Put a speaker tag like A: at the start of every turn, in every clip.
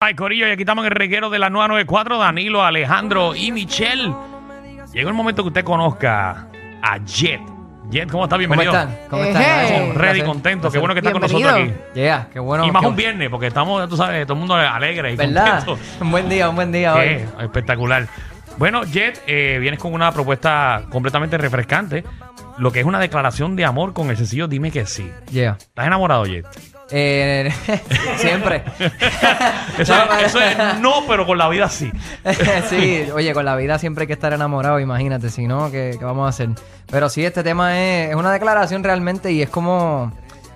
A: Ay, Corillo, ya quitamos el reguero de la 994, Danilo, Alejandro y Michelle. Llegó el momento que usted conozca a Jet. Jet, ¿cómo está?
B: ¿Cómo
A: Bienvenido.
B: están? ¿Cómo
C: Ejé.
B: están? Gracias, un
A: Ready,
B: placer.
A: contento. Qué bueno que está con
C: Bienvenido.
A: nosotros aquí.
B: Yeah, qué bueno.
A: Y más
B: qué
A: un
B: bueno.
A: viernes, porque estamos, ya tú sabes, todo el mundo alegre y
B: ¿Verdad?
A: contento.
B: Un buen día, un buen día
A: Qué
B: hoy.
A: espectacular. Bueno, Jet, eh, vienes con una propuesta completamente refrescante. Lo que es una declaración de amor con el sencillo Dime que sí.
B: Yeah.
A: ¿Estás enamorado, Jet?
B: Eh, siempre.
A: Eso,
B: No,
A: es, eso
B: pero-
A: es no, pero con la vida sí.
B: sí, oye, con la vida siempre hay que estar enamorado, imagínate, si no, ¿qué, qué vamos a hacer? Pero sí, este tema es, es una declaración realmente y es como...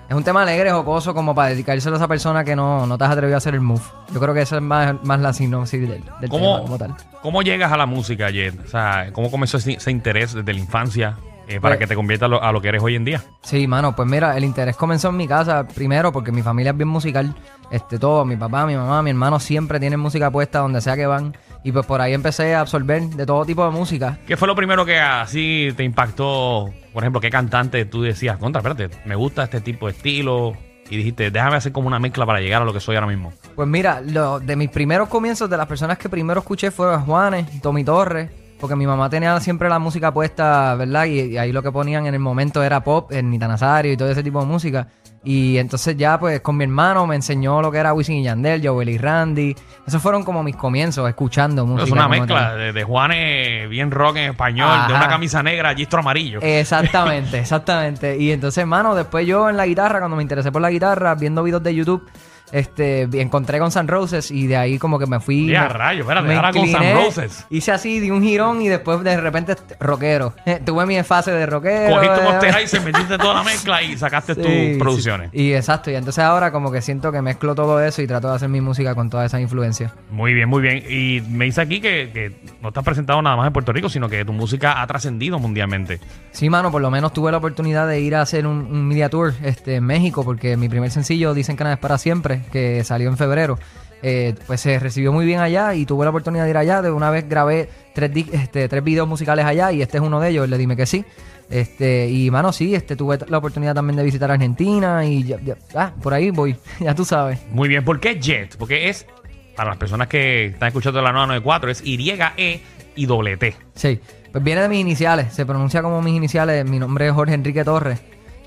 B: Es un tema alegre, jocoso, como para dedicárselo a esa persona que no, no te has atrevido a hacer el move. Yo creo que esa es más, más la sinopsis del, del tema
A: ¿Cómo,
B: como tal.
A: ¿Cómo llegas a la música, Jet? O sea, ¿cómo comenzó ese, ese interés desde la infancia eh, para
B: Pues-
A: que te convierta a lo, a lo que eres hoy en día?
B: Sí, mano, pues mira, el interés comenzó en mi casa primero porque mi familia es bien musical. Este, todo, mi papá, mi mamá, mi hermano siempre tienen música puesta donde sea que van. Y pues por ahí empecé a absorber de todo tipo de música.
A: ¿Qué fue lo primero que así te impactó? Por ejemplo, ¿qué cantante tú decías, contra, espérate, me gusta este tipo de estilo? Y dijiste, déjame hacer como una mezcla para llegar a lo que soy ahora mismo.
B: Pues mira, lo, de mis primeros comienzos, de las personas que primero escuché fueron Juanes, Tommy Torres, porque mi mamá tenía siempre la música puesta, ¿verdad? Y, y ahí lo que ponían en el momento era pop, el Nita Nazario y todo ese tipo de música. Y entonces ya pues con mi hermano me enseñó lo que era Wisin y Yandel, Joel y Randy. Esos fueron como mis comienzos, escuchando música.
A: es una
B: como tal.
A: mezcla de, de Juanes bien rock en español, de
B: Ajá. Eh,
A: una camisa negra, gistro amarillo.
B: Exactamente, exactamente. Y entonces, mano, después yo en la guitarra, cuando me interesé por la guitarra, viendo videos de YouTube, este, vi- encontré con San Roses y de ahí como que me fui.
A: Ya,
B: me-
A: rayos, espérate,
B: me
A: ahora Guns N'
B: incliné,
A: Roses.
B: Hice así, di un girón y después de repente este, rockero. Tuve mi fase de rockero.
A: Cogiste
B: eh,
A: un y se metiste toda la mezcla y sacaste
B: sí,
A: tus
B: sí.
A: producciones.
B: Y exacto, y entonces ahora como que siento que mezclo todo eso y trato de hacer mi música con todas esas influencias.
A: Muy bien, muy bien. Y me dice aquí que, que no estás presentado nada más en Puerto Rico, sino que tu música ha trascendido mundialmente.
B: Sí, mano, por lo menos tuve la oportunidad de ir a hacer un, un media tour este, en México, porque mi primer sencillo, Dicen que nada es para siempre, que salió en febrero, eh, pues se recibió muy bien allá y tuve la oportunidad de ir allá. De una vez grabé tres, di- este, tres videos musicales allá y este es uno de ellos, le dime que sí. Este, y, mano, sí, este, tuve la oportunidad también de visitar Argentina y ya- ya- ah, por ahí voy, ya tú sabes.
A: Muy bien, ¿por qué Jet? Porque es, para las personas que están escuchando la 994, es Y-E y doble T.
B: Sí, pues viene de mis iniciales, se pronuncia como mis iniciales, mi nombre es Jorge Enrique Torres.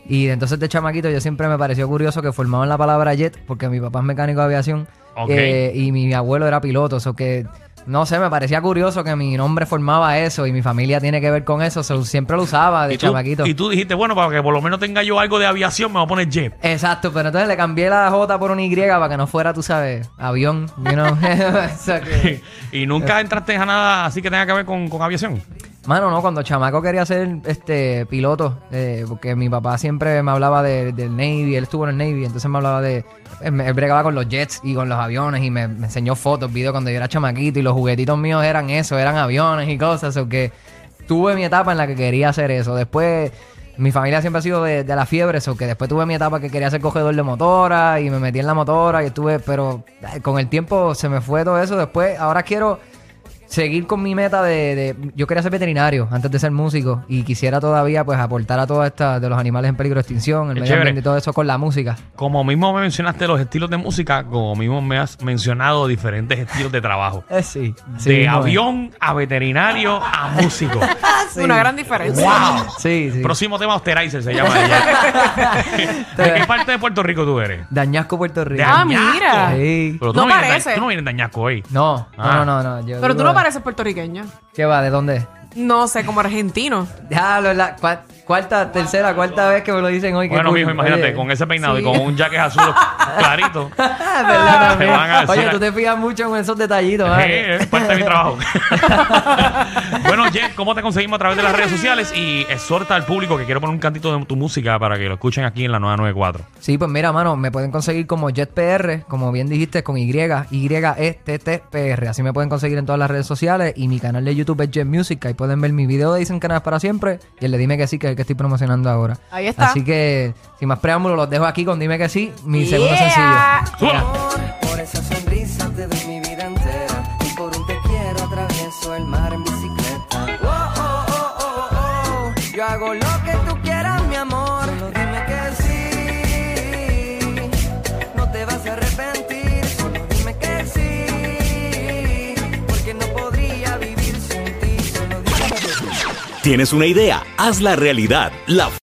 B: Y entonces de chamaquito yo siempre me pareció curioso que formaban la palabra jet porque mi papá es mecánico de aviación
A: Ok.
B: eh, y mi abuelo era piloto, eso que no sé, me parecía curioso que mi nombre formaba eso y mi familia tiene que ver con eso, so, siempre lo usaba de
A: y, tú,
B: chamaquito.
A: y tú dijiste, bueno, para que por lo menos tenga yo algo de aviación, me voy a poner Jet.
B: Exacto, pero entonces le cambié la J por una Y para que no fuera, tú sabes, avión, you know. So que-
A: y
B: Eh.
A: nunca entraste a nada así que tenga que ver con, con aviación.
B: Mano, no, cuando chamaco quería ser este piloto, eh, porque mi papá siempre me hablaba de- del Navy, él estuvo en el Navy, entonces me hablaba de. Él, me- él bregaba con los jets y con los aviones y me, me enseñó fotos, videos cuando yo era chamaquito y los juguetitos míos eran eso, eran aviones y cosas, o que tuve mi etapa en la que quería hacer eso. Después. Mi familia siempre ha sido de, de la fiebre, eso que después tuve mi etapa que quería ser cogedor de motora y me metí en la motora y estuve, pero eh, con el tiempo se me fue todo eso. Después, ahora quiero seguir con mi meta de, de- yo quería ser veterinario antes de ser músico y quisiera todavía pues aportar a todas estas de los animales en peligro de extinción, el
A: Qué
B: medio
A: chévere.
B: ambiente y todo eso con la música.
A: Como mismo me mencionaste los estilos de música, como mismo me has mencionado diferentes estilos de trabajo.
B: Eh, sí.
A: de avión a veterinario a músico.
C: Una gran diferencia.
A: ¡Wow!
B: eh. Sí, sí.
A: Próximo tema, Osterizer se llama. Jet. ¿De qué parte de Puerto Rico tú eres?
B: Dañasco Puerto Rico.
A: De
C: Ah,
A: Añasco.
C: mira.
B: Sí.
A: Pero tú
C: No
A: no, vienes,
C: parece.
A: tú no vienes de Añasco hoy.
B: No,
A: Ah.
B: no, no, no, yo
C: Pero tú
B: digo-
C: no pareces puertorriqueño.
B: ¿Qué va? ¿De dónde?
C: No sé, como argentino.
B: Ya, lo- la cua- cuarta, tercera, cuarta vez que me lo dicen hoy. qué
A: Bueno,
B: cool.
A: mijo, imagínate,
B: Oye.
A: con ese peinado y
C: sí.
A: con un jaque azul clarito.
B: Ah, ¿verdad?
A: Te van a decir-
B: Oye, tú te fijas mucho en esos detallitos, ¿vale?
A: Eh, es parte de mi trabajo. bueno, Jet, ¿cómo te conseguimos a través de las redes sociales? Y exhorta al público que quiero poner un cantito de tu música para que lo escuchen aquí en la 994.
B: Sí, pues mira, mano, me pueden conseguir como JetPR, como bien dijiste, con Y, E, Y-E-T-T-P-R. Así me pueden conseguir en todas las redes sociales y mi canal de YouTube es Jet Music. Ahí pueden ver mi video de Dicen Canales para siempre y el de Dime que sí, que es el que estoy promocionando ahora.
C: Ahí está.
B: Así que, sin más preámbulos, los dejo aquí con Dime que sí, mi segundo
C: Yeah.
B: sencillo.
A: ¡Súbelo!
D: Por esa sonrisa te doy mi vida entera. Y por un te quiero atravieso el mar en bicicleta. Oh, oh, oh, oh, oh, oh. Yo hago lo que tú quieras, mi amor. Solo dime que sí. No te vas a arrepentir. Solo dime que sí.
E: ¿Tienes una idea? Hazla realidad. La